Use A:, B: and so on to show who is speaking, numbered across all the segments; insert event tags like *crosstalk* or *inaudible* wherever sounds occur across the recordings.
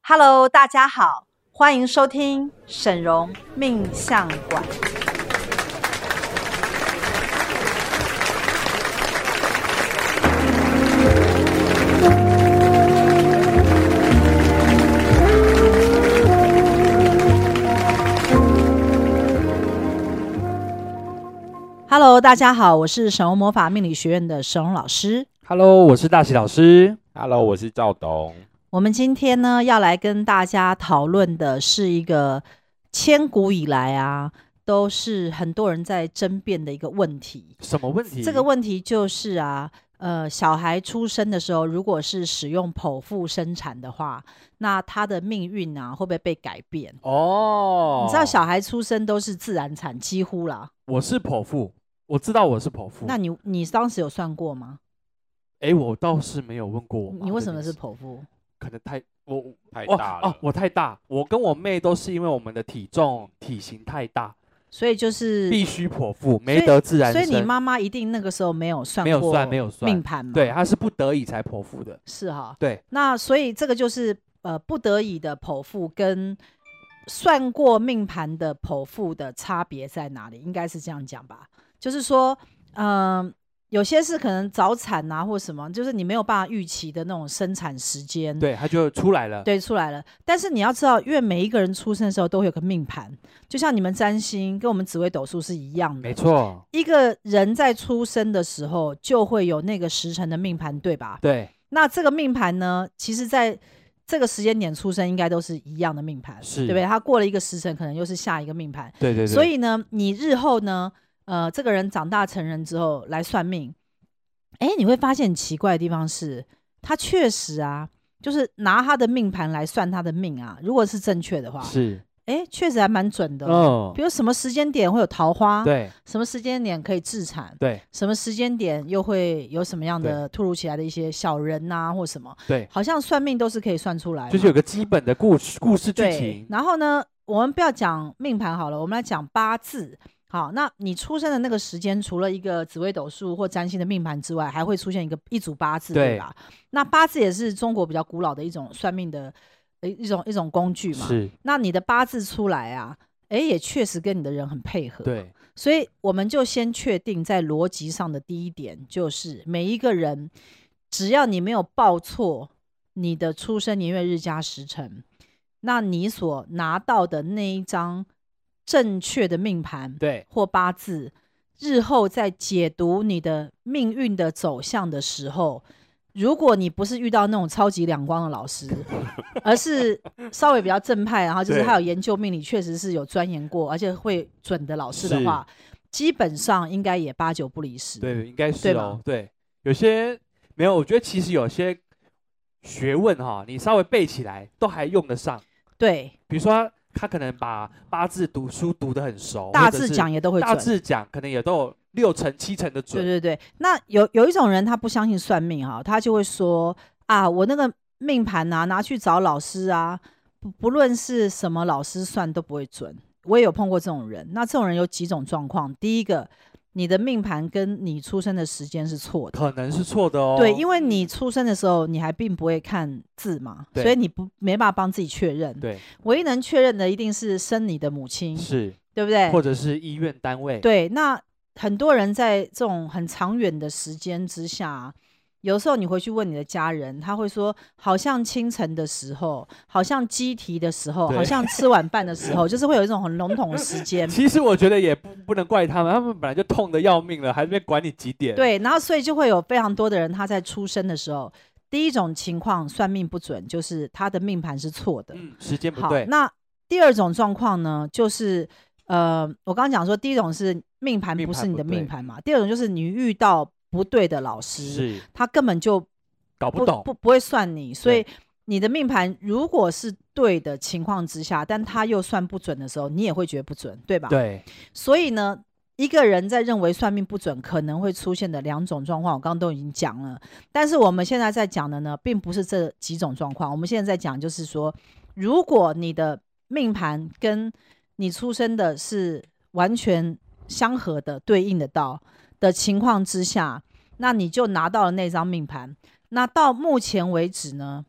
A: Hello，大家好，欢迎收听沈荣命相馆。Hello，大家好，我是沈荣魔法命理学院的沈荣老师。
B: Hello，我是大喜老师。
C: Hello，我是赵董。
A: 我们今天呢，要来跟大家讨论的是一个千古以来啊，都是很多人在争辩的一个问题。
B: 什么问题？
A: 这个问题就是啊，呃，小孩出生的时候，如果是使用剖腹生产的话，那他的命运啊，会不会被改变？
B: 哦，
A: 你知道小孩出生都是自然产，几乎啦。
B: 我是剖腹，我知道我是剖腹。
A: 那你你当时有算过吗？
B: 哎，我倒是没有问过我啊妈
A: 你为什么
B: 这
A: 是
B: 件事？
A: 剖腹？
B: 可能太我我
C: 太
B: 哦
C: 大了，
B: 哦，我太大。我跟我妹都是因为我们的体重体型太大，
A: 所以就是，
B: 必须剖腹，
A: 以
B: 没得自然
A: 所
B: 生。
A: 以你妈妈一定那个时候没有算
B: 没有
A: 过
B: 算没有算
A: 命盘嘛？
B: 对，她是不得已才剖腹的。
A: 是哈。
B: 对，
A: 那所以这个就是呃不得已的剖腹跟算过命盘的剖腹的差别在哪里？应该是这样讲吧，就是说，嗯、有些是可能早产啊或什么，就是你没有办法预期的那种生产时间。
B: 对，她就出来了。
A: 对，出来了。但是你要知道，因为每一个人出生的时候都会有个命盘，就像你们占星跟我们紫微斗数是一样的
B: 没。错，
A: 一个人在出生的时候就会有那个时辰的命盘，对吧？
B: 对，
A: 那这个命盘呢，其实在这个时间点出生，应该都是一样的命盘，
B: 是
A: 对不对？他过了一个时辰，可能又是下一个命盘。
B: 对对对。
A: 所以呢，你日后呢，呃，这个人长大成人之后来算命，哎，你会发现很奇怪的地方是，他确实啊，就是拿他的命盘来算他的命啊，如果是正确的话，
B: 是，
A: 哎，确实还蛮准的哦。
B: 嗯
A: 比，如什么时间点会有桃花，
B: 对
A: 什么时间点可以自产，
B: 对
A: 什么时间点又会有什么样的突如其来的一些小人呐、或什么，
B: 对，
A: 好像算命都是可以算出来嘛，
B: 就是有个基本的故事故事剧
A: 对
B: 情。。
A: 然后呢，我们不要讲命盘好了，我们来讲八字。好，那你出生的那个时间，除了一个紫微斗数或占星的命盘之外，还会出现一个一组八字，对
B: 对
A: 吧？那八字也是中国比较古老的一种算命的呃一种一种工具嘛。
B: 是，
A: 那你的八字出来啊，哎，也确实跟你的人很配合。
B: 对。
A: 所以我们就先确定在逻辑上的第一点，就是每一个人，只要你没有报错你的出生年月日加时辰，那你所拿到的那一张正确的命盘
B: 对，
A: 或八字，日后在解读你的命运的走向的时候。如果你不是遇到那种超级两光的老师，而是稍微比较正派，然后就是
B: 对
A: 他有研究命理，确实是有钻研过，而且会准的老师的
B: 是
A: 话，基本上应该也八九不离十。
B: 对，应该是
A: 对吧
B: 哦。对，有些没有，我觉得其实有些学问哈，你稍微背起来都还用得上。
A: 对，
B: 比如说他，他可能把八字读书读得很熟，
A: 大
B: 或者
A: 致
B: 是
A: 讲也都会
B: 大
A: 准。
B: 致讲可能也都有六成七成的
A: 对
B: 准。
A: 对对，那有有一种人他不相信算命哈，他就会说啊，我那个命盘啊，拿去找老师啊，不不论是什么老师算都不会准。我也有碰过这种人。那这种人有几种状况？第一个，你的命盘跟你出生的时间是错的。
B: 可能是错的哦。
A: 对，因为
B: 为
A: 你出生的时候你还并不会看字嘛，
B: 对
A: 所以你不没办法帮自己确认。
B: 对
A: 唯一能确认的一定是生你的母亲，
B: 是，
A: 对不对？
B: 或者是医院单位。
A: 对，那很多人在这种很长远的时间之下，啊有时候你回去问你的家人，他会说，好像清晨的时候，好像鸡啼的时候，好
B: 对
A: 像吃晚饭的时候，就是会有一种很笼统的时
B: *laughs*
A: 间。
B: 其实我觉得也不不能怪他们，他们本来就痛得要命了，还在那边管你几点？
A: 对，然后所以就会有非常多的人，他在出生的时候，第一种情况算命不准，就是他的命盘是错的。
B: 嗯，时间不
A: 好
B: 对，，
A: 那第二种状况呢，就是呃，我刚刚讲说，第一种是命盘
B: 命
A: 不是
B: 盘
A: 你
B: 不
A: 的命
B: 对
A: 盘嘛，第二种就是你遇到不对的老师，
B: 是
A: 他根本就
B: 搞
A: 不
B: 不懂。
A: 不不会算你，所以
B: 对
A: 你的命盘如果是对的情况之下，但他又算不准的时候，你也会觉得不准，对吧？。
B: 对，
A: 所以呢，一个人在认为算命不准可能会出现的两种状况，我刚刚都已经讲了。但是我们现在在讲的呢，并不是这几种状况，我们现在在讲就是说，如果你的命盘跟你出生的是完全相合的、对应的到的情况之下，那你就拿到了那张命盘。那到目前为止呢，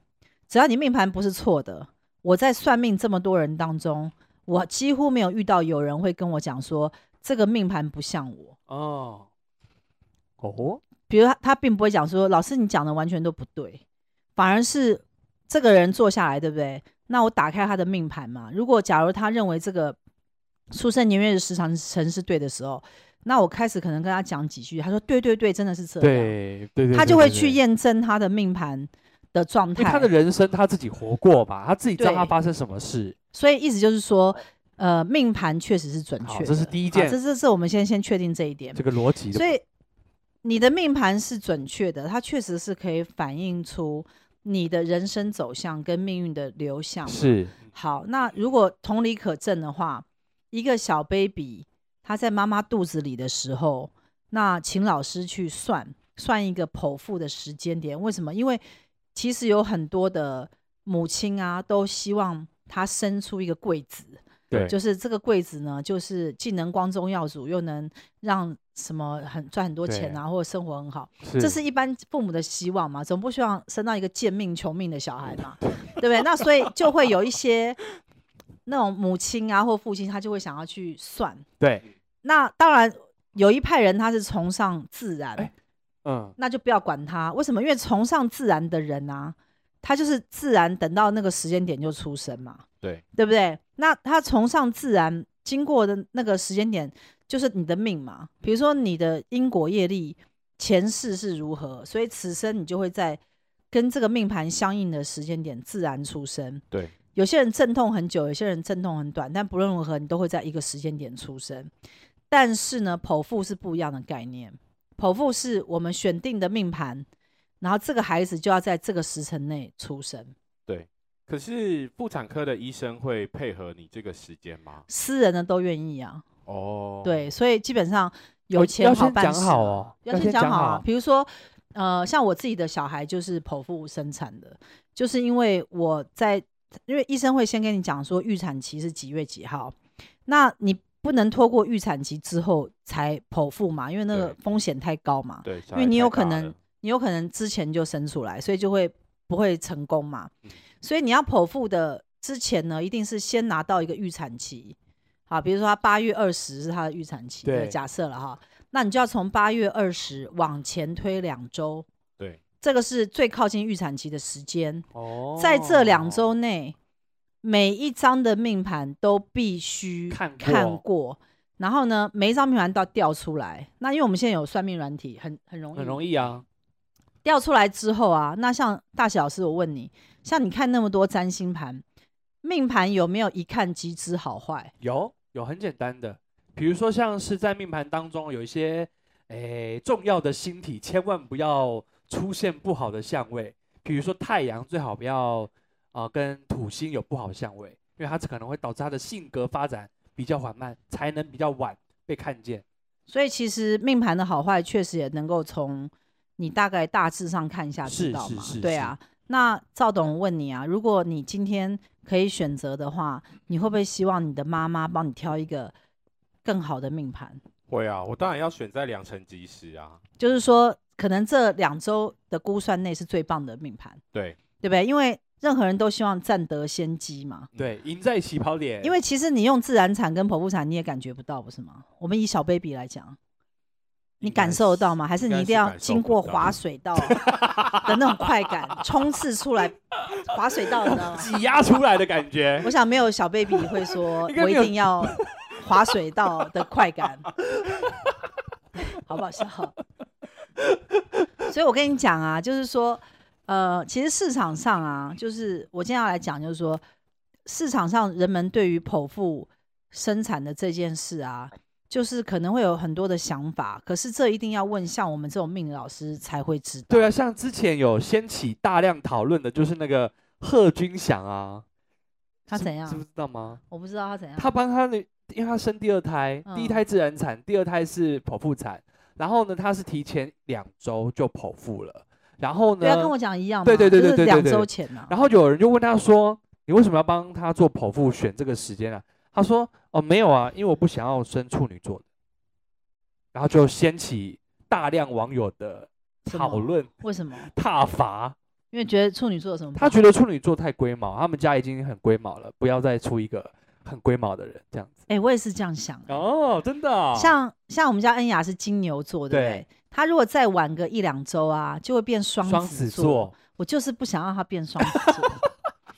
A: 只要你命盘不是错的，我在算命这么多人当中，我几乎没有遇到有人会跟我讲说这个命盘不像我。
B: 哦，哦，
A: 比如他他并不会讲说老师你讲的完全都不对，反而是这个人坐下来，对不对？那我打开他的命盘嘛，如果假如他认为这个出生年月日时长辰是对的时候，那我开始可能跟他讲几句，他说对对对，真的是这样，
B: 对对对，
A: 他
B: 对
A: 就会
B: 对对
A: 去验证他的命盘的状
B: 因为他
A: 态
B: 的。人生他自己活过吧，他自己知道
A: 对
B: 他发生什么事。
A: 所以意思就是说，呃，命盘确实是准
B: 好
A: 确的，
B: 这是第一
A: 好
B: 件
A: 这这这我们先先确定这一点
B: 这。个逻辑的，
A: 所以你的命盘是准确的，它确实是可以反映出你的人生走向跟命运的流向。
B: 是
A: 好，那如果同理可证的话，一个小 baby 他在妈妈肚子里的时候，那请老师去算算一个剖腹的时间点。为什么？因为其实有很多的母亲啊，都希望他生出一个贵子，
B: 对，
A: 就是这个柜子呢，就是既能光宗耀祖，又能让什么很赚很多钱啊，或者生活很好，这是一般父母的希望嘛，总不希望生到一个贱命穷命的小孩
B: *laughs*
A: 嘛，对不对？那所以就会有一些那种母亲啊或父亲，他就会想要去算。
B: 对，
A: 那当然有一派人他是崇尚自然，
B: 哎嗯，
A: 那就不要管他。为什么？因为崇尚自然的人啊，他就是自然等到那个时间点就出生嘛，
B: 对
A: 对不对？那他崇尚自然，经过的那个时间点就是你的命嘛。比如说你的因果业力前世是如何，所以此生你就会在跟这个命盘相应的时间点自然出生。
B: 对，
A: 有些人阵痛很久，有些人阵痛很短，但不论如何，你都会在一个时间点出生。但是呢，剖腹是不一样的概念。剖腹是我们选定的命盘，然后这个孩子就要在这个时辰内出生。
C: 可是妇产科的医生会配合你这个时间吗？
A: 私人的都愿意啊，
C: 哦，，
A: 对，所以基本上有
B: 哦
A: 钱
B: 要
A: 好
B: 先
A: 办
B: 讲
A: 事
B: 好
A: 嘛
B: 哦
A: 要
B: 要
A: 先
B: 先
A: 讲
B: 讲
A: 好啊
B: 好。
A: 比如说，呃，像我自己的小孩就是剖腹生产的，就是因为我在，因为医生会先跟你讲说预产期是几月几号，那你不能拖过预产期之后才剖腹嘛，因为那个
C: 对
A: 风险太高嘛，
C: 对，因
A: 因为你有可能你有可能之前就生出来，所以就会不会成功嘛
C: 嗯。
A: 所以你要剖腹的之前呢，一定是先拿到一个预产期，好，比如说他八月二十是他的预产期，呃
B: 对
A: 假设了哈，那你就要从八月二十往前推两周，
C: 对，
A: 这个是最靠近预产期的时间，
B: 哦，
A: 在这两周内，每一张的命盘都必须
B: 看过
A: 过然后呢，每一张命盘都要调出来。那因为我们现在有算命软体，很很容易，
B: 很容易啊，
A: 调出来之后啊，那像大喜老师，我问你，像你看那么多占星盘，命盘有没有一看即知好坏？
B: 有有很简单的，比如说像是在命盘当中有一些诶重要的星体，千万不要出现不好的相位，比如说太阳最好不要啊、呃跟土星有不好的相位，因为它可能会导致他的性格发展比较缓慢，才能比较晚被看见。
A: 所以其实命盘的好坏确实也能够从你大概大致上看一下知
B: 是
A: 道
B: 是
A: 嘛
B: 是。
A: 对啊，那赵董问你啊，如果你今天可以选择的话，你会不会希望你的妈妈帮你挑一个更好的命盘？
C: 会啊，我当然要选在良辰吉时啊，
A: 就是说，可能这两周的估算内是最棒的命盘，
C: 对，
A: 对不对？因为任何人都希望占得先机嘛。
B: 对，赢在起跑点，
A: 因为其实你用自然产跟剖腹产你也感觉不到，不是吗？我们以小 baby 来讲，你感受到吗？还是
C: 应
A: 你
C: 该
A: 一
C: 是
A: 定要
C: 感受
A: 经
C: 不
A: 过
C: 到
A: 滑水道的那种快
C: *laughs*
A: 感，冲刺出来滑水道，你知道吗？
B: 挤压出来的感觉
A: 我。想没有小 baby 会说
B: 哎 *laughs* 应该
A: 我
B: 没
A: 一
B: 有
A: 定要滑水道的快感，好不好笑？所以我跟你讲啊，就是说，呃，其实市场上啊，就是我今天要来讲，就是说，市场上人们对于剖腹生产的这件事啊，就是可能会有很多的想法，可是这一定要问像我们这种命理老师才会知道。
B: 对啊，像之前有掀起大量讨论的，就是那个贺军翔啊，
A: 他
B: 是
A: 怎样
B: 知不知道吗？
A: 我不知道他怎样，
B: 他帮他的，因为他生第二胎，第一
A: 嗯
B: 胎自然产，第二胎是剖腹产，然后呢，他是提前两周就剖腹了，然后
A: 对啊，跟
B: 呢，
A: 我讲一样嘛，
B: 呃对对对对
A: 就是
B: 对对
A: 两
B: 对
A: 周前呢、啊，
B: 然后有人就问他说，你为什么要帮他做剖腹选这个时间啊？他说，哦，没有啊，因为我不想要生处女座的，然后就掀起大量网友的
A: 什么
B: 讨论
A: 为什么？
B: 挞伐，
A: 因为觉得处女座有什么不好？
B: 他觉得处女座太龟毛，他们家已经很龟毛了，不要再出一个很龟毛的人这样子。
A: 哎、我也是这样想的。
B: 哦，真的、哦
A: 像像我们家恩雅是金牛座，对不对
B: 对？
A: 他如果再晚个一两周啊，就会变双
B: 双
A: 子
B: 子座，
A: 我就是不想让他变双子
B: *laughs*
A: 座。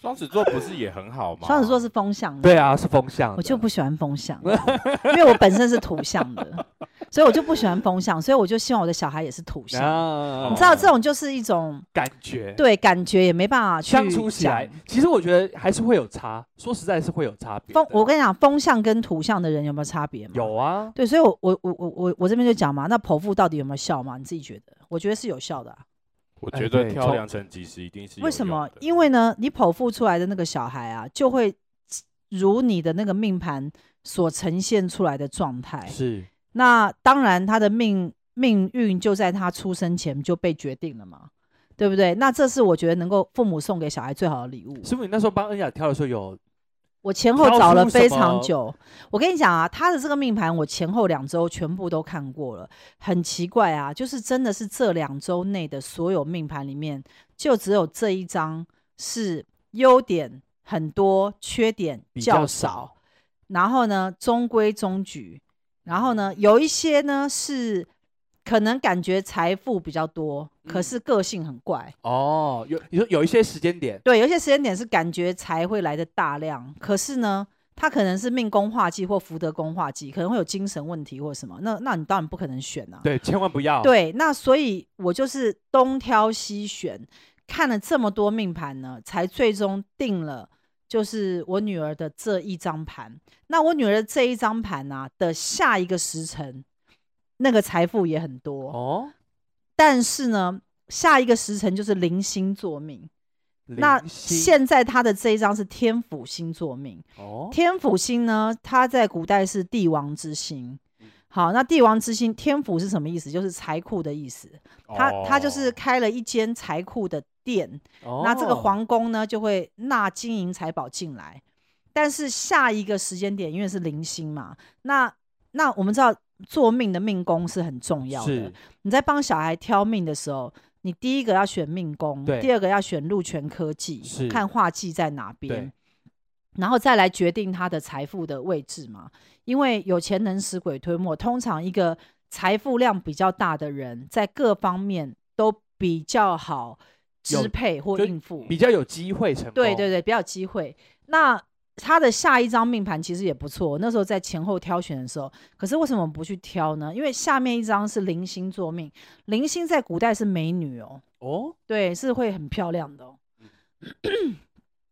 C: 双子座不是也很好吗？
A: 双子座是风象的，
B: 对啊，是风向的。
A: 我就不喜欢风
B: *laughs*
A: 象，因为我本身是土象的，所以我就不喜欢风象，所以我就希望我的小孩也是土象。
B: 啊
A: 你知道这种就是一种
B: 感觉，
A: 对感觉也没办法去
B: 相处起来
A: 讲，
B: 其实我觉得还是会有差。说实在是会有差别的。
A: 风，我跟你讲，风象跟土象的人有没有差别吗？。
B: 有啊，
A: 对，所以我，我我我我我这边就讲嘛，那剖腹到底有没有效嘛？你自己觉得？我觉得是有效的啊、
C: 我
B: 哎
C: 觉
B: 对
C: 得跳
B: 从
C: 量成几十一定是有
A: 为什么
C: 用的？
A: 因为呢，你剖腹出来的那个小孩啊，就会如你的那个命盘所呈现出来的状态。
B: 是
A: 那当然，他的命命运就在他出生前就被决定了嘛，对不对？那这是我觉得能够父母送给小孩最好的礼物。
B: 师傅，你那时候帮恩雅挑的时候有
A: 我前后
B: 挑
A: 找
B: 出
A: 了
B: 什
A: 非常
B: 么
A: 久。我跟你讲啊，他的这个命盘我前后两周全部都看过了，很奇怪啊，就是真的是这两周内的所有命盘里面，就只有这一张是优点很多，缺点
B: 比
A: 较少
B: 较少，
A: 然后呢中规中矩，然后呢有一些呢是可能感觉财富比较多，可
B: 嗯
A: 是个性很怪。
B: 哦，有你说有一些时间点
A: 对，有一些时间点是感觉才会来的大量，可是呢，他可能是命宫化忌或福德宫化忌，可能会有精神问题或什么，那那你当然不可能选啊。
B: 对，千万不要。，
A: 对那所以我就是东挑西选，看了这么多命盘呢，才最终定了。就是我女儿的这一张盘，那我女儿的这一张盘呢、的下一个时辰，那个财富也很多，
B: 哦，
A: 但是呢，下一个时辰就是零星座命，那
B: 零星
A: 现在他的这一张是天府星座命，
B: 哦，
A: 天府星呢，它在古代是帝王之星
C: 嗯。
A: 好，那帝王之星天府是什么意思？就是财库的意思。他他就是
C: 哦
A: 开了一间财库的店，那
B: 那
A: 这个皇宫呢就会纳金银财宝进来。但是下一个时间点，因为是零星嘛，那那我们知道做命的命宫是很重要的
B: 是。
A: 你在帮小孩挑命的时候，你第一个要选命宫，
B: 对
A: 第二个要选禄全科技，
B: 是
A: 看化忌在哪边
B: 对，
A: 然后再来决定他的财富的位置嘛。因为有钱能使鬼推磨，通常一个财富量比较大的人，在各方面都比较好
B: 有
A: 支配或
B: 就
A: 应付，
B: 比较哦有机会成功。
A: 对对对，比较有机会。那他的下一张命盘其实也不错，我那时候在前后挑选的时候，可是为什么不去挑呢？因为下面一张是零星座命，零星在古代是美女哦，
B: 哦，
A: 对，是会很漂亮的、哦。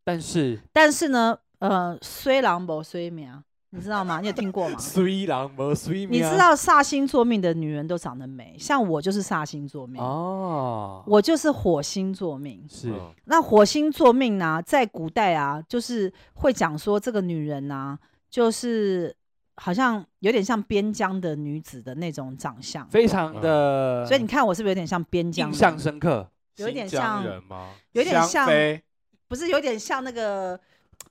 B: 但是？
A: 但是呢，呃，虽狼不虽苗，啊你知道吗？你有听过吗
B: 虽然没虽
A: 你知道煞星座命的女人都长得美，像我就是煞星座命，
B: 啊哦，
A: 我就是火星座命，
B: 是
C: 嗯
A: 那火星座命呢、在古代啊，就是会讲说这个女人呐、就是好像有点像边疆的女子的那种长相，
B: 非常的，
A: 所以你看我是不是有点像边疆
B: 印
A: 人？
B: 象深刻。
A: 有点
C: 新疆
A: 像
C: 人吗？
A: 有点
C: 香
A: 像
C: 妃
A: 不是有点像那个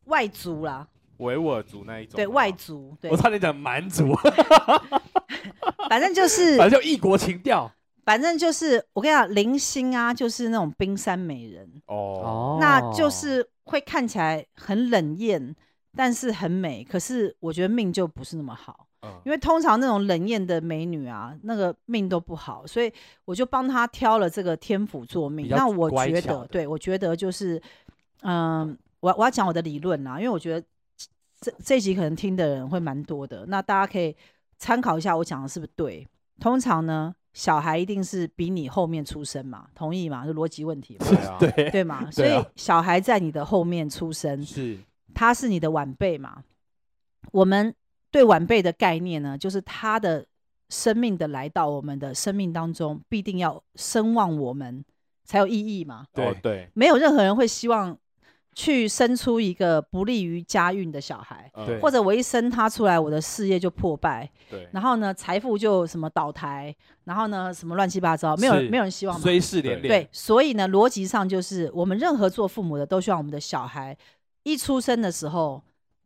A: 外族啦，
C: 维吾尔族那一种吗，
A: 对外族，对
B: 我，差点讲蛮族，
A: 反正就是
B: *laughs* 反正就异国情调。
A: 反正就是我跟你讲，零星啊，就是那种冰山美人，*laughs*
C: 哦，
A: 那就是会看起来很冷艳，但是很美，可是我觉得命就不是那么好。因
C: 为
A: 为通常那种冷艳的美女啊，那个命都不好，所以我就帮她挑了这个天府座命。
B: 比较
A: 那我
B: 乖
A: 觉
B: 巧
A: 得
B: 的，
A: 对我觉得就是，嗯、我我要讲我的理论啦，因为我觉得这这一集可能听的人会蛮多的，那大家可以参考一下我讲的是不是对。通常呢，小孩一定是比你后面出生嘛，同意嘛？就逻辑问题嘛，
B: *laughs*
C: 对啊
B: 对
A: 对嘛？所以
B: 对啊
A: 小孩在你的后面出生，
B: 是
C: 哦
A: 他是你的晚辈嘛。我们对晚辈的概念呢，就是他的生命的来到我们的生命当中，必定要声望我们才有意义嘛。
C: 对
B: 对
C: 对，
A: 没有任何人会希望去生出一个不利于家运的小孩，
C: 嗯
B: 对
A: 或者我一生他出来，我的事业就破败，
C: 对，
A: 然后呢，财富就什么倒台，然后呢，什么乱七八糟，没有人
B: 是
A: 没有人希望嘛。
B: 虽事连连
A: 对，，所以呢，逻辑上就是我们任何做父母的都希望我们的小孩一出生的时候，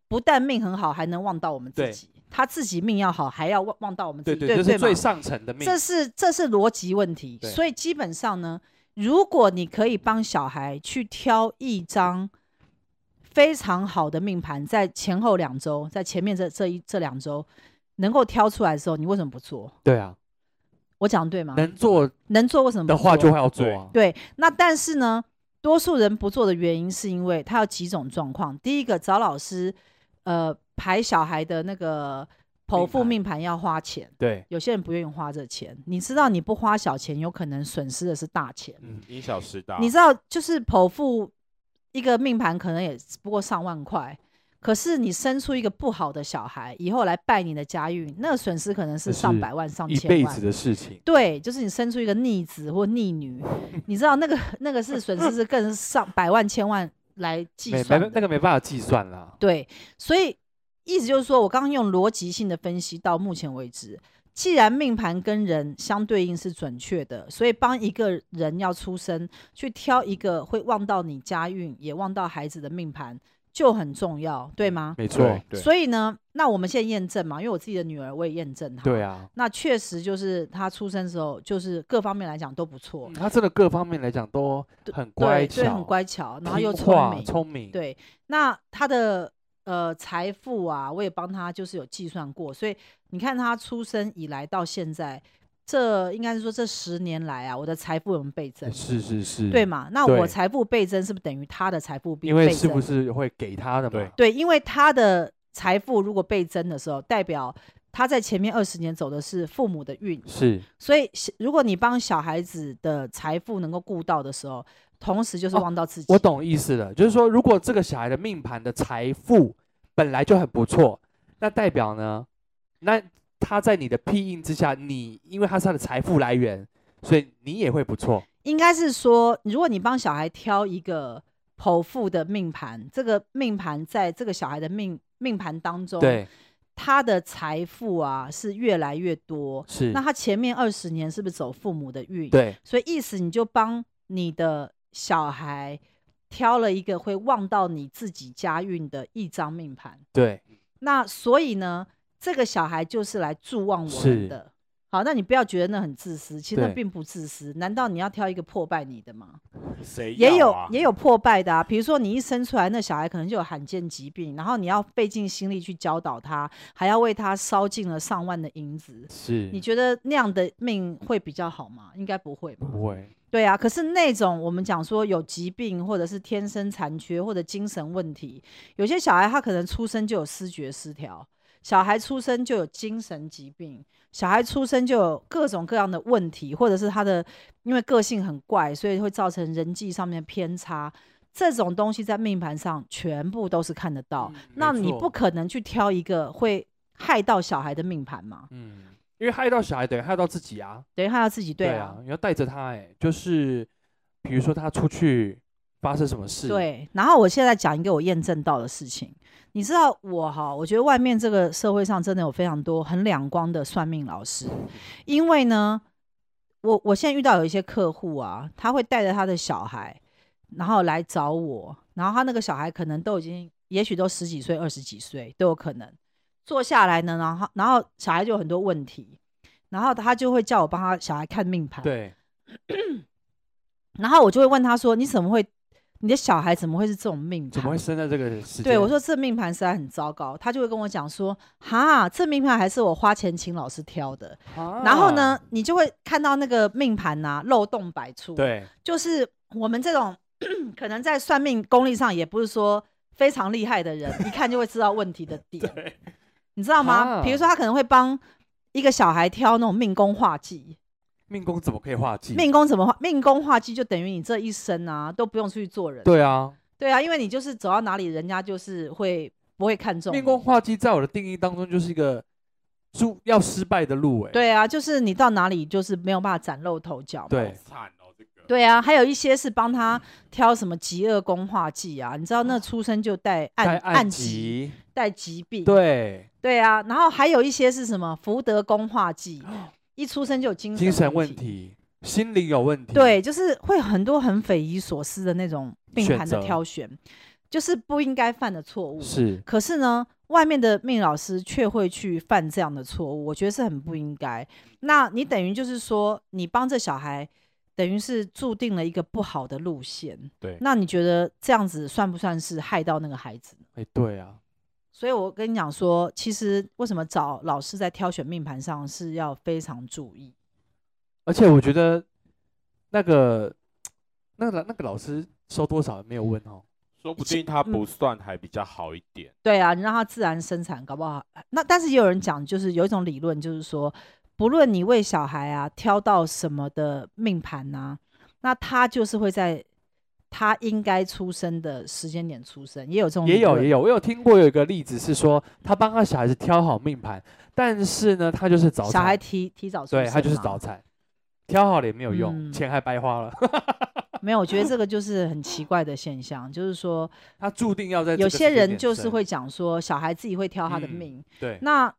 A: 不但命很好，还能望到我们自
B: 对
A: 己，他自己命要好，还要望望到我们自己，
B: 对对，这
A: 对
B: 是最
A: 吗？
B: 上层的命，
A: 这是这是逻辑问题，
B: 对
A: 所以基本上呢，如果你可以帮小孩去挑一张非常好的命盘，在前后两周，在前面这这一这两周能够挑出来的时候，你为什么不做？
B: 对啊，
A: 我讲得对吗？能
B: 能做
A: 做为什么不
B: 的话
A: 做
B: 就会要做啊。
A: 对，那但是呢，多数人不做的原因是因为他有几种状况。第一个，找老师，呃，排小孩的那个剖
B: 命
A: 腹
B: 盘
A: 命盘要花钱，
B: 对，
A: 有些人不愿意花这钱。你知道，你不花小钱，有可能损失的是大钱。
C: 嗯，因小失
B: 啊
C: 大。
A: 你知道，就是剖腹一个命盘可能也不过上万块。可是你生出一个不好的小孩，以后来拜你的家运，那个损失可能是
B: 那
A: 上
B: 是
A: 百万、上
B: 一
A: 千
B: 辈
A: 万
B: 子。的事情。
A: 对，就是你生出一个逆子或逆
B: *laughs*
A: 女，你知道那个那个是损失是更上百万千万来计
B: 没
A: 算啊
B: 没
A: 的
B: 那个没办法计算啦，
A: 对，所以意思就是说我刚刚用逻辑性的分析到目前为止，既然命盘跟人相对应是准确的，所以帮一个人要出生去挑一个会旺到你家运也旺到孩子的命盘就很重要，对吗？
B: 嗯没错
C: 对，对，
A: 所以呢，那我们现在验证嘛，因为我自己的女儿我也验证她，
B: 对啊，
A: 那确实就是他出生时候，就是各方面来讲都不错
B: 嗯，他真的各方面来讲都
A: 对
B: 很
A: 对
B: 乖
A: 对，很
B: 巧，
A: 乖巧，然后
B: 听
A: 又
B: 话
A: 聪明，
B: 聪明，
A: 对。那他的呃财富啊，我也帮他就是有计算过，所以你看他出生以来到现在，这应该是说这十年来啊，我的财富有没有倍增
B: 哎，？是是是，
A: 对？嘛？那
B: 对
A: 我财富倍增是不是等于他的财富倍
B: 因为
A: 倍
B: 是不
A: 增
B: 是会给他的
C: 对
B: 嘛？
A: 对，因为他的财富如果倍增的时候，代表他在前面二十年走的是父母的运，
B: 是，
A: 所以小，如果你帮小孩子的财富能够顾到的时候，同时就是
B: 哦
A: 望到自己。
B: 我懂意思了，就是说，如果这个小孩的命盘的财富本来就很不错，那代表呢，那他在你的庇荫之下，你因为他是他的财富来源，所以你也会不错。
A: 应该是说，如果你帮小孩挑一个剖腹的命盘，这个命盘在这个小孩的命命盘当中，，
B: 对，
A: 他的财富啊是越来越多。
B: 是
A: 那，他前面二十年是不是走父母的运？，
B: 对，
A: 所以意思你就帮你的小孩挑了一个会旺到你自己家运的一张命盘。
B: 对，
A: 那所以呢，这个小孩就是来助望我们
B: 是
A: 的。好，那你不要觉得那很自私，其实那
B: 对
A: 并不自私。难道你要挑一个破败你的吗？
C: 谁
A: 也
C: 要
A: 有
C: 啊
A: 也有破败的啊，比如说你一生出来，那小孩可能就有罕见疾病，然后你要费尽心力去教导他，还要为他烧尽了上万的银子。
B: 是，
A: 你觉得那样的命会比较好吗？应该不会吧？
B: 不会，
A: 对啊，可是那种我们讲说有疾病，或者是天生残缺，或者精神问题，有些小孩他可能出生就有失觉失调，小孩出生就有精神疾病，小孩出生就有各种各样的问题，或者是他的因为个性很怪，所以会造成人际上面偏差。这种东西在命盘上全部都是看得到，
B: 嗯
A: 哦那
B: 没
A: 你
B: 错
A: 不可能去挑一个会害到小孩的命盘嘛？
B: 嗯，因为害到小孩等于害到自己啊。
A: 等于害到自己，对
B: 对
A: 啊，
B: 你要带着他、欸，就是比如说他出去发生什么事，，
A: 对，然后我现在讲一个我验证到的事情，你知道我哈，我觉得外面这个社会上真的有非常多很两光的算命老师，因为呢，我我现在遇到有一些客户啊，他会带着他的小孩，然后来找我，然后他那个小孩可能都已经，也许都十几岁、二十几岁都有可能，坐下来呢，然后然后小孩就有很多问题，然后他就会叫我帮他小孩看命盘，
B: 对，
A: 然后我就会问他说：“你怎么会？你的小孩怎么会是这种命盘？
B: 怎么会生在这个时间？
A: 对我说：“这命盘实在很糟糕。”他就会跟我讲说：“哈，这命盘还是我花钱请老师挑的。
B: 啊，
A: 然后呢，你就会看到那个命盘呐、漏洞百出。，
B: 对，
A: 就是我们这种 *clears throat* 可能在算命功力上也不是说非常厉害的人，一看就会知道问题
B: *laughs*
A: 的点。你知道吗？比如
B: 啊
A: 说，他可能会帮一个小孩挑那种命宫画技，
B: 命宫怎么可以化忌？
A: 命宫怎么画？命宫画技就等于你这一生啊都不用出去做人。
B: 对啊，
A: 对啊，因为你就是走到哪里，人家就是会不会看重
B: 命
A: 你
B: 宫化忌在我的定义当中就是一个输要失败的路、欸，，
A: 对啊，就是你到哪里就是没有办法崭露头角嘛。
C: 好
B: 对
C: 惨哦，这个。
A: 对啊，还有一些是帮他挑什么极恶宫化忌啊，你知道那出生就带暗
B: 在哦暗
A: 疾、
B: 疾，
A: 带疾病。
B: 对，
A: 对啊，然后还有一些是什么福德宫化忌，一出生就有精
B: 哦精神
A: 问
B: 问。题，心灵有问题，
A: 嗯对，，就是会很多很匪夷所思的那种命
B: 选
A: 盘的
B: 择
A: 挑选，就是不应该犯的错误。
B: 是，
A: 可是呢，外面的命老师却会去犯这样的错误，我觉得是很不应该。那你等于就是说，你帮这小孩等于是注定了一个不好的路线。
C: 对
A: 那你觉得这样子算不算是害到那个孩子？
B: 哎，对啊，
A: 所以我跟你讲说，其实为什么找老师在挑选命盘上是要非常注意。
B: 而且我觉得那个那个那个老师收多少没有问哦，
C: 说不
A: 是
C: 定他
A: 嗯
C: 不算还比较好一点。
A: 对啊，你让它自然生产，搞不好那但是也有人讲，就是有一种理论，就是说，不论你为小孩啊挑到什么的命盘呐、那他就是会在他应该出生的时间点出生，也有这种
B: 也
A: 理
B: 有
A: 论
B: 也有，我有听过有一个例子是说，他帮他小孩子挑好命盘，但是呢，他就是早
A: 小孩
B: 产，
A: 提提早出生嘛，
B: 对他就是早产，挑好了也没有用，
A: 嗯
B: 钱还白花了， *laughs*
A: 没有，我觉得这个就是很奇怪的现象，就是说
B: 他注定要在这
A: 有
B: 个
A: 些
B: 时间
A: 人
B: 点
A: 就是
B: 生
A: 会讲说小孩自己会挑他的
C: 嗯
A: 命，
B: 对
A: 那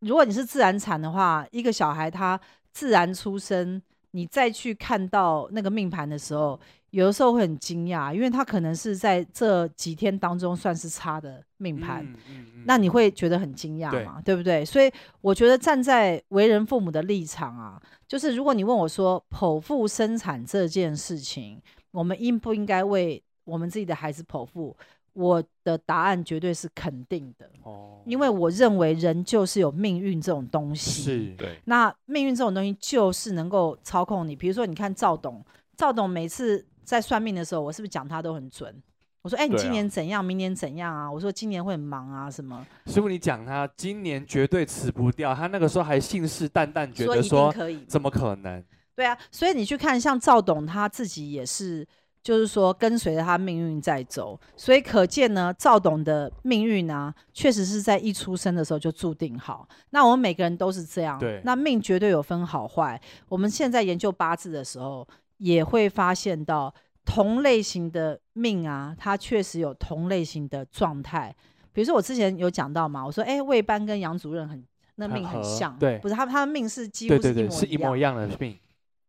A: 如果你是自然产的话，一个小孩他自然出生，你再去看到那个命盘的时候，有的时候会很惊讶，因为他可能是在这几天当中算是差的命盘。
B: 嗯嗯嗯
A: 那你会觉得很惊讶
B: 对
A: 嘛？对不对？所以我觉得站在为人父母的立场啊，就是如果你问我说剖腹生产这件事情，我们应不应该为我们自己的孩子剖腹？我的答案绝对是肯定的。
B: 哦，
A: 因为我认为人就是有命运这种东西。，
B: 是
C: 对，
A: 那命运这种东西就是能够操控你。比如说，你看赵董，赵董每次在算命的时候，我是不是讲他都很准？我说，哎、你
C: 对啊
A: 今年怎样？明年怎样啊？我说今年会很忙啊，什么？
B: 师傅你讲他今年绝对辞不掉，他那个时候还信誓旦旦觉
A: 说
B: 得
A: 一定
B: 说
A: 可以。
B: 怎么可能？
A: 对啊，所以你去看，像赵董他自己也是，就是说跟随着他命运在走，所以可见呢，赵董的命运啊，确实是在一出生的时候就注定好。那我们每个人都是这样，
B: 对
A: 那命绝对有分好坏。我们现在研究八字的时候，也会发现到同类型的命啊，它确实有同类型的状态。比如说我之前有讲到嘛，我说哎，魏班跟杨主任很那
B: 很
A: 命很
B: 合
A: 像，
B: 对
A: 不是他他的命是几乎是
B: 对对
A: 一模
B: 对，是一模一样的病，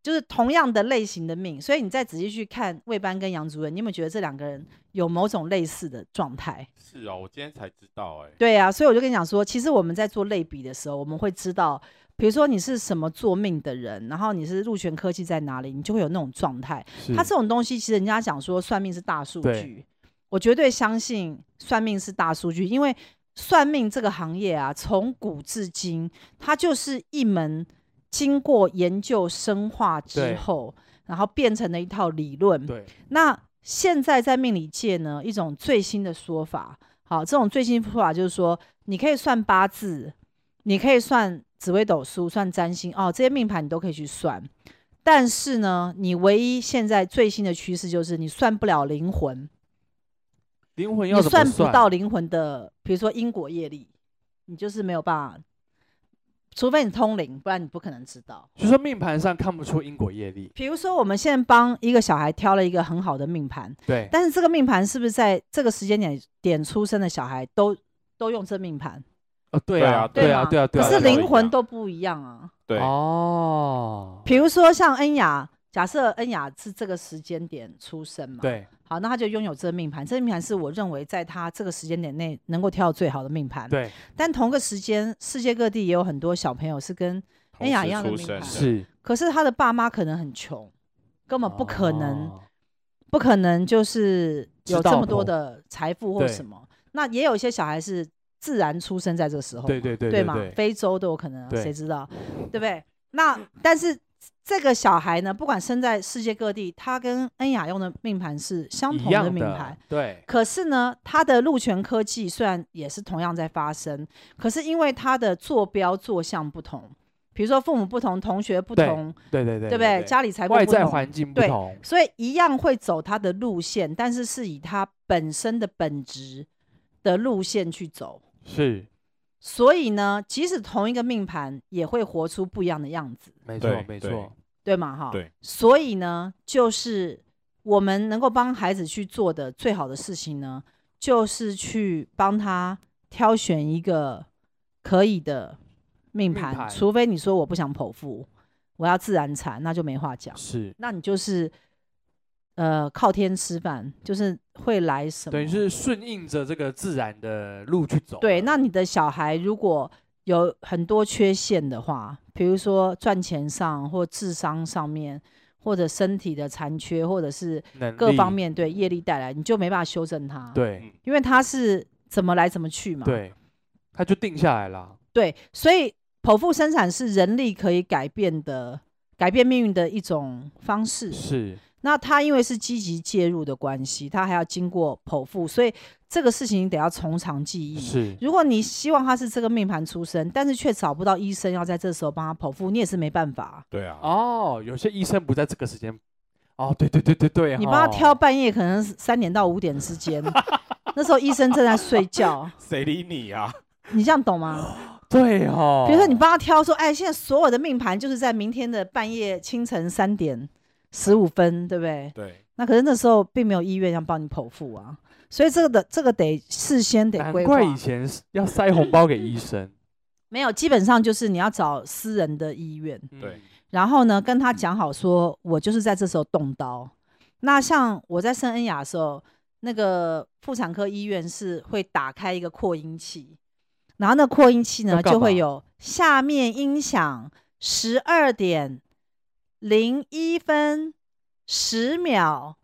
A: 就是同样的类型的命，所以你再仔细去看魏班跟杨主任，你有没有觉得这两个人有某种类似的状态？
C: 是哦，我今天才知道哎、
A: 对啊，所以我就跟你讲说，其实我们在做类比的时候，我们会知道，比如说你是什么做命的人，然后你是入选科技在哪里，你就会有那种状态。
B: 是
A: 它这种东西，其实人家讲说算命是大数
B: 对
A: 据，我绝对相信算命是大数据，因为算命这个行业啊，从古至今，它就是一门经过研究深化之
B: 对
A: 后，然后变成了一套理论。
B: 对
A: 那现在在命理界呢，一种最新的说法，好，这种最新说法就是说，你可以算八字，你可以算紫微斗数，算占星，哦，这些命盘你都可以去算。但是呢，你唯一现在最新的趋势就是你算不了灵魂，
B: 灵魂
A: 你
B: 要怎么
A: 算不到
B: 算？
A: 灵魂的，比如说因果业力，你就是没有办法，除非你通灵，不然你不可能知道。
B: 就说命盘上看不出因果业力，
A: 比如说，我们现在帮一个小孩挑了一个很好的命盘，
B: 对，啊
A: 但是这个命盘是不是在这个时间点点出生的小孩都都用这命盘？
B: 哦对
C: 对
B: 啊
C: 啊
B: 对
A: 对
B: 啊
A: 吗
B: 对啊对
A: 可
B: 啊，
A: 是
B: 对啊
A: 灵魂都不一样啊。
C: 对，
B: 哦，
A: 比如说像恩雅，假设恩雅是这个时间点出生嘛，，
B: 对
A: 好，那他就拥有这命盘，这命盘是我认为在他这个时间点内能够挑到最好的命盘。，
B: 对
A: 但同个时间，世界各地也有很多小朋友是跟，哎
C: 同
A: 呀
C: 时
A: 一样的
C: 出
A: 名
C: 生
A: 牌
C: 的，
B: 是，
A: 可是他的爸妈可能很穷，根本不可能。
B: 哦
A: 不可能就是有这
B: 吃到
A: 么多
B: 头
A: 的财富或
B: 哦对
A: 什么。那也有一些小孩是自然出生在这个时候嘛，
B: 对对对
A: 对
B: 对
A: 嘛
B: 对，
A: 非洲都有可能啊，
B: 对
A: 谁知道，对不对？那但是这个小孩呢，不管生在世界各地，他跟恩雅用的命盘是相
B: 一
A: 同
B: 样
A: 命盘。，
B: 对
A: 可是呢，他的鹿泉科技虽然也是同样在发生，可是因为他的坐标坐向不同，比如说父母不同、同学不
B: 对
A: 同，
B: 对对对
A: 对不对？家里财富
B: 外
A: 不
B: 在
A: 同
B: 环境不
A: 对
B: 同，
A: 所以一样会走他的路线，但是是以他本身的本质的路线去走。
B: 是
A: 所以呢，即使同一个命盘，也会活出不一样的样子，
B: 没
C: 对
B: 错没
C: 对
B: 错，
A: 对吗？哈，
C: 对。
A: 所以呢，就是我们能够帮孩子去做的最好的事情呢，就是去帮他挑选一个可以的命
B: 命
A: 盘，
B: 盘
A: 除非你说我不想剖腹，我要自然产，那就没话讲。
B: 是
A: 那你就是呃靠天吃饭，就是会来什么？
B: 等于是顺应着这个自然的路去走了。
A: 对。那你的小孩如果有很多缺陷的话，比如说赚钱上或智商上面，或者身体的残缺，或者是
B: 能
A: 各方
B: 力，
A: 面对业力带来，你就没办法修正它。，
C: 嗯
B: 对
A: 因为它是怎么来怎么去嘛。
B: 对，他就定下来了。
A: 对，所以剖腹生产是人力可以改变的、改变命运的一种方式。
B: 是，
A: 那他因为是积极介入的关系，他还要经过剖腹，所以这个事情你得要从长计议。
B: 是，
A: 如果你希望他是这个命盘出生，但是却找不到医生要在这时候帮他剖腹，你也是没办法啊。
C: 对啊，
B: 哦，有些医生不在这个时间。哦，对对对对对，
A: 你帮他挑
B: 哦
A: 半夜，可能是三点到五点之
B: *laughs*
A: 间，那时候医生正在睡觉，
C: 谁理你啊？
A: 你这样懂吗？
B: 对哦，
A: 比如说你帮他挑说，哎，现在所有的命盘就是在明天的半夜清晨三点十五分，对不对？
C: *laughs* 对，
A: 那可是那时候并没有医院要帮你剖腹啊，所以这个的这个得事先得
B: 难
A: 规划
B: 怪。以前是要塞红包给医生，
A: 没有，基本上就是你要找私人的医院，
C: 对
B: 嗯，
A: 然后呢跟他讲好说，我就是在这时候动刀。那像我在圣恩雅的时候，那个妇产科医院是会打开一个扩音器，然后那扩音器
B: 要
A: 呢
B: 干嘛
A: 就会有下面音响十二点零一分十秒，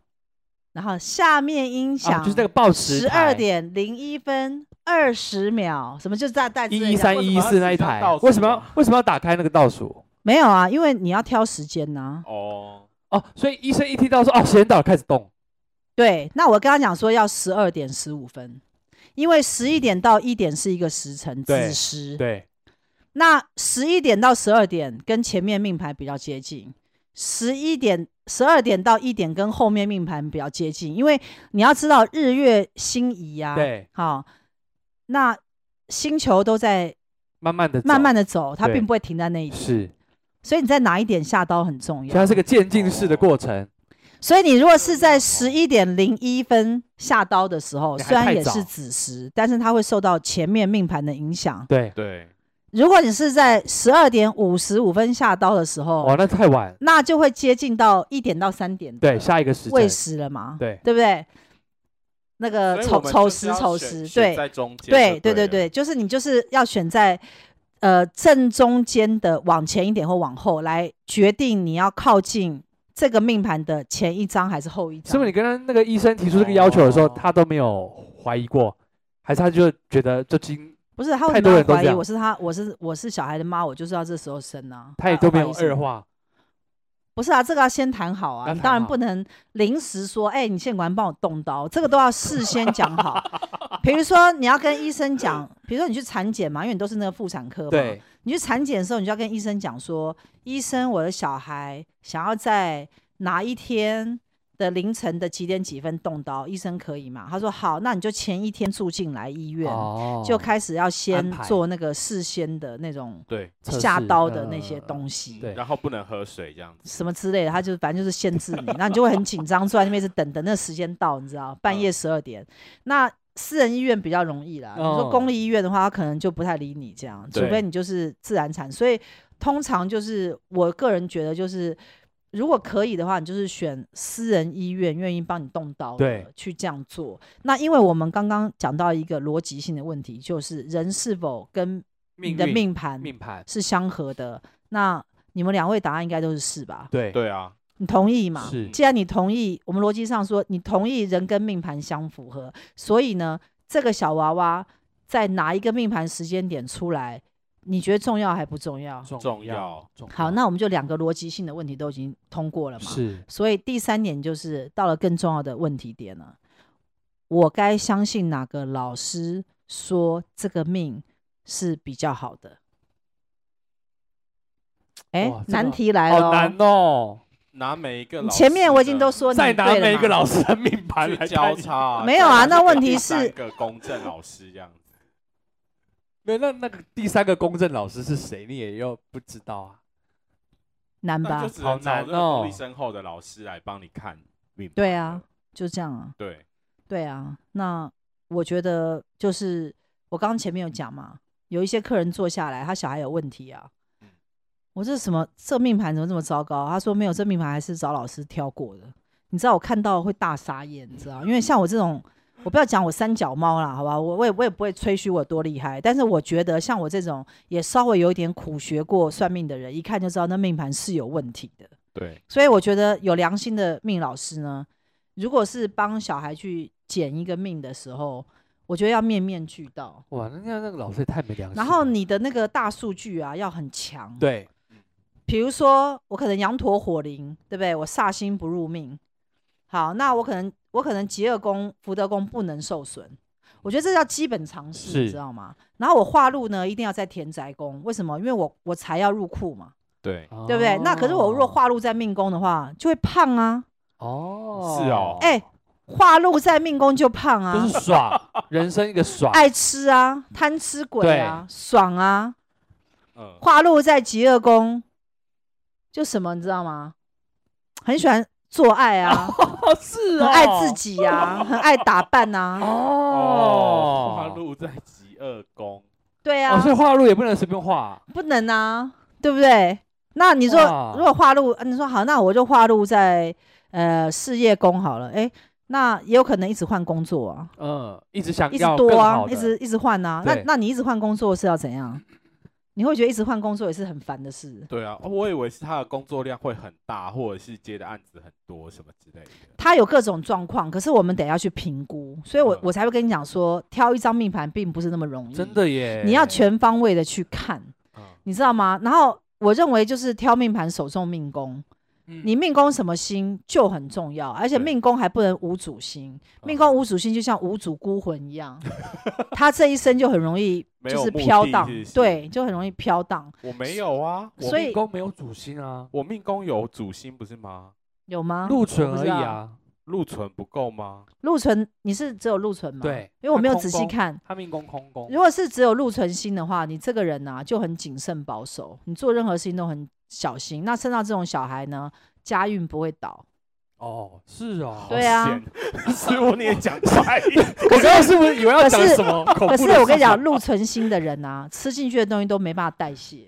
A: 然后下面音响、
B: 啊，就是那个报纸
A: 十二点零一分二十秒，什么就是大概之类
B: 一
A: 的
B: 一三
C: 为什
B: 一
C: 么
B: 一
C: 要
B: 四那一
C: 自己要
B: 台
C: 倒，
B: 为
C: 数
B: 什么要
C: 啊
B: 为什么要打开那个倒数？
A: 没有啊，因为你要挑时间呐、
C: 哦，
B: 哦，所以医生一听到说哦时间到了开始动，
A: 对，那我跟他讲说要十二点十五分，因为十一点到一点是一个时辰
B: 对
A: 子时，
B: 对，
A: 那十一点到十二点跟前面命盘比较接近，十一点十二点到一点跟后面命盘比较接近，因为你要知道日月星移啊，
B: 对，
A: 好、那星球都在
B: 慢慢的
A: 慢慢的走，它
B: 对
A: 并不会停在那一点。
B: 是，
A: 所以你在哪一点下刀很重
B: 所以
A: 要
B: 它。是个渐进式的过程，
A: 所以你如果是在十一点零一分下刀的时候，
B: 你还
A: 虽然
B: 太
A: 也
B: 早
A: 是子时，但是它会受到前面命盘的影响。
B: 对，
C: 对，
A: 如果你是在十二点五十五分下刀的时
B: 哇
A: 候，
B: 那太晚，
A: 那就会接近到一点到三点的
B: 对，下一个时
A: 未
B: 辰，
A: 时了嘛，
B: 对
A: 对不对？那个
C: 所以我
A: 丑
C: 们
A: 丑
C: 就是
A: 时
C: 要
A: 丑
C: 选
A: 时，
C: 选
A: 对
C: 在中间，
A: 对对对对，
C: 对
A: 就是你就是要选在呃正中间的往前一点或往后来决定你要靠近这个命盘的前一张还是后一张。
B: 是不是你跟他那个医生提出这个要求的时候，
C: 哦
B: 他都没有怀疑过，还是他就觉得这经
A: 不是他为
B: 太
A: 什
B: 多
A: 么
B: 人
A: 要
B: 都
A: 怀
B: 这
A: 疑
B: 样
A: 我是他，我是我是小孩的妈，我就是要这时候生啊。
B: 他也都没有
A: 怀疑什么
B: 二话，
A: 不是啊，这个要先谈好啊，
B: 要
A: 你
B: 谈
A: 当然
B: 好
A: 不能临时说，哎、你现管帮我动刀，这个都要事先讲好。 *laughs* 比如说你要跟医生讲，比如说你去产检嘛，因为你都是那个妇产科嘛，
B: 对，
A: 你去产检的时候，你就要跟医生讲说，医生，我的小孩想要在哪一天的凌晨的几点几分动刀，医生可以吗？他说好，那你就前一天住进来医院，
B: 哦
A: 就开始要先
B: 排
A: 做那个事先的那种
C: 对
B: 测
A: 下
B: 试
A: 刀的那
B: 呃
A: 些东西。
B: 对
C: 然后不能喝水这样子，
A: 什么之类的，他就反正就是限制
B: *laughs*
A: 你，那你就会很紧张，坐在那边是等等那时间到，你知道，半夜十二点。那私人医院比较容易啦，你说
B: 嗯哦
A: 公立医院的话，他可能就不太理你这样，除
C: 对
A: 非你就是自然产。所以通常就是我个人觉得，就是如果可以的话，你就是选私人医院愿意帮你动刀的
B: 对
A: 去这样做。那因为我们刚刚讲到一个逻辑性的问题，就是人是否跟你
B: 命
A: 的
B: 运
A: 命盘
B: 嗯命盘，
A: 是相合的。那你们两位答案应该都是是吧？
B: 对，
C: 对啊，
A: 你同意嘛？
B: 是
A: 既然你同意，我们逻辑上说你同意人跟命盘相符合，所以呢，这个小娃娃在哪一个命盘时间点出来，你觉得重要还不重要？
C: 重要，
B: 重
A: 好，
B: 要
A: 那我们就两个逻辑性的问题都已经通过了嘛。。
B: 是
A: 所以第三点就是到了更重要的问题点了，我该相信哪个老师说这个命是比较好的？哎、
B: 哇这个
A: 难题来了、
B: 好难哦，
C: 拿每一个
A: 你嗯
C: 老
A: 前面
C: 师
A: 我已经
C: 的
A: 都说你
B: 再拿
A: 对了
B: 每一个
A: 嘛
B: 老师
A: *laughs*
B: 的命盘来
C: 去
B: 看
C: 交
B: 你
C: 叉啊，
A: 没有啊
C: 再拿
A: 那问
C: 给
A: 题
C: 第
A: 是
C: 三个公正老师这样子，
B: 没有， *laughs* 那那个第三个公正老师是谁，你也要不知道啊。
A: 难
C: 那
A: 嗯吧
C: 就？只能找这个
B: 好难哦
C: 独立身后的老师来帮你看命盘
A: 对啊
C: 了，
A: 就这样啊，
C: 对，
A: 对啊。那我觉得就是我刚刚前面有讲嘛，有一些客人坐下来，他小孩有问题啊
C: 嗯。
A: 我这什么这命盘怎么这么糟糕？啊他说没有，这命盘还是找老师挑过的。你知道我看到会大傻眼，你知道？因为像我这种，我不要讲我三脚猫啦，好吧？我我也我也不会吹嘘我多厉害，但是我觉得像我这种也稍微有一点苦学过算命的人，一看就知道那命盘是有问题的。
C: 对，
A: 所以我觉得有良心的命老师呢，如果是帮小孩去捡一个命的时候，我觉得要面面俱到。
B: 哇，那那那个老师也太没良心了。
A: 然后你的那个大数据啊，要很强。，
B: 对
A: 比如说我可能羊驼火灵，对不对？我煞星不入命。好，那我可能我可能吉二宫、福德宫不能受损。我觉得这叫基本常识，你
B: 是
A: 知道吗？然后我化禄呢，一定要在田宅宫，为什么？因为我我财要入库嘛，
C: 对，
A: 对不对？那可是我若化禄在命宫的话，就会胖啊。
B: 哦，
C: 是哦
A: 哎、化禄在命宫就胖啊，
B: 就是爽，人生一个爽，
A: 爱 *laughs* 吃啊，贪吃鬼啊，爽啊。
C: 嗯，
A: 化禄在极恶宫，就什么你知道吗？很喜欢做爱啊，
B: *laughs* 哦是
A: 很爱自己啊，很爱打扮啊，
B: 哦，
C: 花路在极恶宫，
A: 对
B: 哦，
A: 啊
B: 所，以画路也不能随便画，
A: 不能啊，对不对？那你说
B: 哇
A: 如果化禄，啊你说好，那我就化禄在呃事业宫好了，哎。那也有可能一直换工作啊，
B: 嗯，一直想
A: 一直
B: 要
A: 多
B: 更
A: 啊
B: 好，的
A: 一直一直换啊。那
B: 对
A: 那你一直换工作是要怎样？你会觉得一直换工作也是很烦的事。
C: 对啊，哦我以为是他的工作量会很大，或者是接的案子很多什么之类的。
A: 它有各种状况，可是我们得要去评估，所以我
C: 嗯
A: 我才会跟你讲说，挑一张命盘并不是那么容易，
B: 嗯真，的耶，
A: 你要全方位的去看，
C: 嗯，
A: 你知道吗？然后我认为就是挑命盘首重命宫，
B: 嗯
A: 你命宫什么星就很重要，而且
C: 对
A: 命宫还不能无主星，
C: 嗯
A: 命宫无主星就像无主孤魂一样，他这一生就很容易
C: 没
A: 就
C: 有
A: 是
C: 目
A: 飘
C: 的
A: 荡
C: 是不，是
A: 对，就很容易飘荡，
C: 我没有啊，我
A: 所以
B: 命宫没有主星啊，
C: 我命宫有主星不是吗？
A: 有吗？
B: 禄存
A: 我不
B: 而
A: 知
B: 已
A: 道
B: 啊，
C: 禄存不够吗？
A: 禄存，你是只有禄存吗？
B: 对
A: 啊因为我
B: 它
A: 没有
B: 空
A: 仔细
B: 宫
A: 看。
B: 他命宫空宫
A: 如，果是只有陆存心的话，你这个人呐、啊就很谨慎保守，你做任何事情都很小心。那生到这种小孩呢，家运不会倒。
B: 哦，是哦， *laughs*
A: 对啊
C: 险，所以我你也讲快一点。
B: 我刚刚是不是以为要讲
A: *laughs* 可是
B: 什么恐
A: 可是
B: 怖的
A: 我跟你
B: 事
A: 讲，
B: 情，
A: 陆存心的人啊，吃进去的东西都没办法代谢，因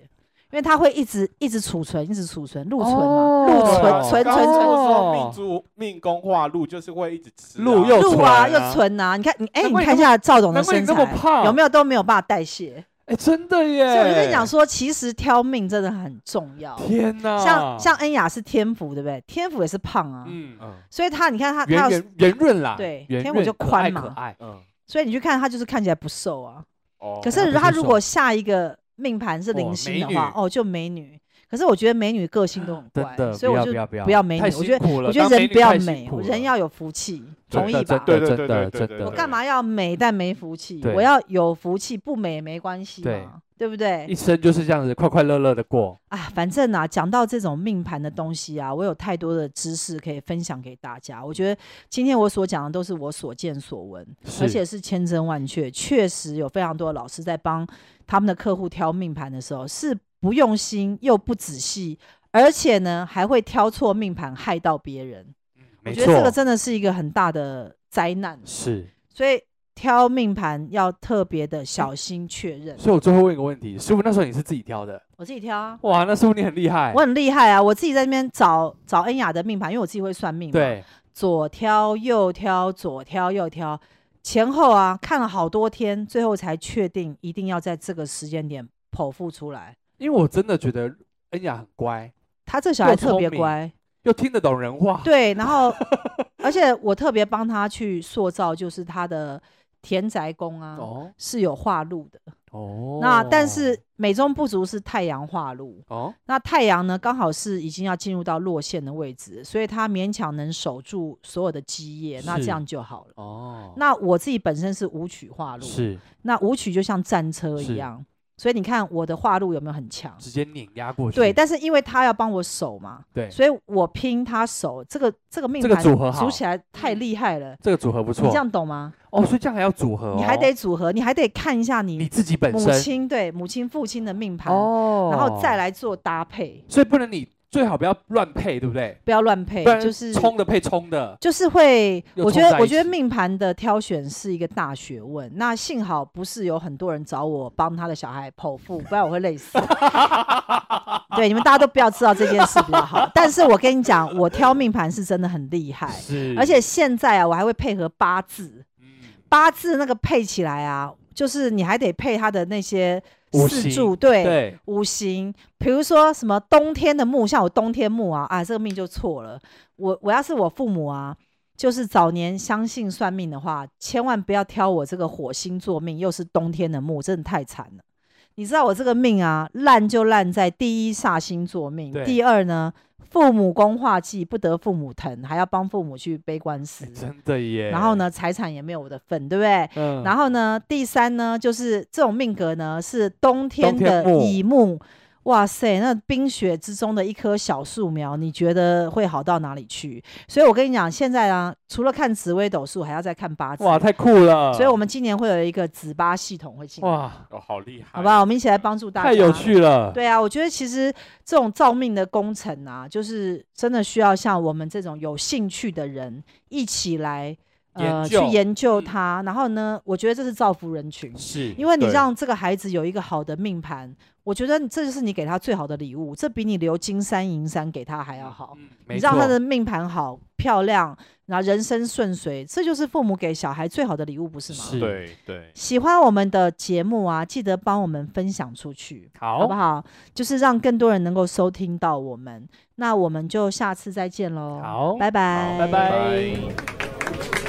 A: 为他会一直一直储存，一直储存，陆存嘛，
B: 哦
A: 陆
C: 对
A: 存
C: 啊
B: 哦
A: 存
C: 刚
A: 存
C: 刚
A: 存，
C: 说说
B: 哦
C: 命主命宫化禄就是会一直吃啊
B: 禄又
A: 陆啊
B: 存啊
A: 又存啊。你看你哎，
B: 难
A: 你
B: 怪你
A: 看一下赵董的
B: 难怪
A: 身
B: 你那么
A: 材。
B: 胖，
A: 有没有都没有办法代谢，
B: 哎，真的耶！
A: 所以我就跟你讲，说，其实挑命真的很重要。
B: 天哪，
A: 像像恩雅是天府，对不对？天府也是胖啊，
B: 哦嗯，
C: 嗯
A: 所以他你看他他
B: 圆
A: 要
B: 圆圆润啦，
A: 对
B: 圆
A: 天
B: 润
A: 我就宽
B: 可爱可
A: 嘛
B: 爱，
C: 嗯
A: 所以你去看他就是看起来不瘦啊。
C: 哦
A: 可
B: 他
A: 是
B: 不是
A: 他如
B: 瘦
A: 果下一个命盘是
B: 哦
A: 零星的话，
B: 美女啊
A: 哦，就美女。可是我觉得美女个性都很
B: 真
A: 怪
B: 的，，
A: 所以我
B: 不
A: 就
B: 要不要
A: 不要美
B: 太
A: 女。我觉得
B: 辛苦了，
A: 我觉得
B: 当
A: 人
B: 女
A: 不要
B: 太辛
A: 美
B: 苦，了
A: 人要有福气，
B: 真
A: 同意
B: 的
A: 吧？
B: 真的
C: 对
B: 真
C: 对
B: 的
C: 对
B: 真
C: 对
B: 的，
A: 我干嘛要美但没福气？
B: 对
A: 我要有福气，不美也没关系
B: 对
A: 嘛，对不对
B: 一？生就是这样子，快快乐乐的过。
A: 啊，反正啊，讲到这种命盘的东西啊，我有太多的知识可以分享给大家。我觉得今天我所讲的都是我所见所闻，而
B: 是
A: 且是千真万确，确实有非常多的老师在帮他们的客户挑命盘的时候，是不用心又不仔细，而且呢还会挑错命盘，害到别人。我
B: 嗯没
A: 觉得这个
B: 错，
A: 真的是一个很大的灾难，
B: 是。
A: 所以挑命盘要特别的小心确认。
B: 所以我最后问一个问题，师傅那时候你是自己挑的，
A: 我自己挑啊。
B: 哇，那师傅你很厉害
A: 我。很厉害啊！我自己在那边找找恩雅的命盘，因为我自己会算命嘛，
B: 对，
A: 左挑右挑，左挑右挑，前后啊看了好多天，最后才确定一定要在这个时间点剖腹出来。
B: 因为我真的觉得恩雅很乖，
A: 他这小孩
B: 又
A: 特别
B: 聪明
A: 乖，
B: 又听得懂人话。
A: 对，然后
B: *laughs*
A: 而且我特别帮他去塑造，就是他的田宅宫啊、
B: 哦
A: 是有化禄的。
B: 哦，
A: 那但是美中不足是太阳化禄，
B: 哦，
A: 那太阳呢刚好是已经要进入到落线的位置，所以他勉强能守住所有的基业，那这
B: 是
A: 样就好了。
B: 哦，
A: 那我自己本身是舞曲化禄，
B: 是
A: 那舞曲就像战车
B: 是
A: 一样，所以你看我的化路有没有很强？
B: 直接碾压过去。
A: 对，但是因为他要帮我守嘛，
B: 对，
A: 所以我拼他守，这个这个命
B: 这个
A: 盘
B: 组合好
A: 组起来太厉害了，
B: 这个组合不
A: 你
B: 错
A: 这。样懂吗？
B: 哦，所以这样还要组合哦，
A: 你还得组合，你还得看一下
B: 你
A: 你
B: 自己本
A: 母
B: 身
A: 亲对母亲父亲的命盘，
B: 哦
A: 然后再，来做搭配，
B: 所以不能你最好不要乱配，对不对？
A: 不要乱配
B: 不，然
A: 就是
B: 冲的配冲的，
A: 就是会，
B: 又
A: 我觉
B: 冲
A: 得
B: 在
A: 我
B: 一
A: 觉得
B: 起
A: 命盘的挑选是一个大学问。那幸好不是有很多人找我帮他的小孩剖腹，不然我会累
B: *laughs*
A: 死。对，你们大家都不要知道这件事比较
B: *laughs*
A: 好。但是我跟你讲，我挑命盘是真的很厉害，
B: 是
A: 而且现在啊，我还会配合八字，
C: 嗯
A: 八字那个配起来啊，就是你还得配它的那些
B: 五
A: 四
B: 行
A: 柱，对，
B: 对，
A: 五行，比如说什么冬天的木，像我冬天木啊，啊，这个命就错了。我我要是我父母啊，就是早年相信算命的话，千万不要挑我这个火星座命，又是冬天的木，真的太惨了。你知道我这个命啊，烂就烂在第一煞星座命，
B: 对
A: 第二呢，父母宫化忌，不得父母疼，还要帮父母去背官司，
B: 哎真的耶。
A: 然后？呢，财产也没有我的份，对不对？
B: 嗯，
A: 然后呢，第三呢，就是这种命格呢是冬天
B: 天
A: 的
B: 木
A: 乙木，哇塞，那冰雪之中的一棵小树苗，你觉得会好到哪里去？所以我跟你讲，现在啊，除了看紫微斗数，还要再看八字。
B: 哇，太酷了！
A: 所以我们今年会有一个紫八系统会进来，
B: 哇，
C: 哦，好厉害，
A: 好不好？我们一起来帮助大家。
B: 太有趣了。
A: 对啊，我觉得其实这种造命的工程啊，就是真的需要像我们这种有兴趣的人一起来呃
B: 研究
A: 去研究
B: 嗯
A: 它。然后呢，我觉得这是造福人群，
B: 是，
A: 因为你
C: 对
A: 让这个孩子有一个好的命盘，我觉得这就是你给他最好的礼物，这比你留金山银山给他还要好。
B: 嗯，
A: 你
B: 没
A: 让
B: 错
A: 他的命盘好漂亮，然后人生顺遂，这就是父母给小孩最好的礼物，不是吗？
B: 是
C: 对对，
A: 喜欢我们的节目啊，记得帮我们分享出去。好
B: 好
A: 不，好？就是让更多人能够收听到我们。那我们就下次再见喽。
B: 好
A: 拜拜，
B: 拜拜。
C: 拜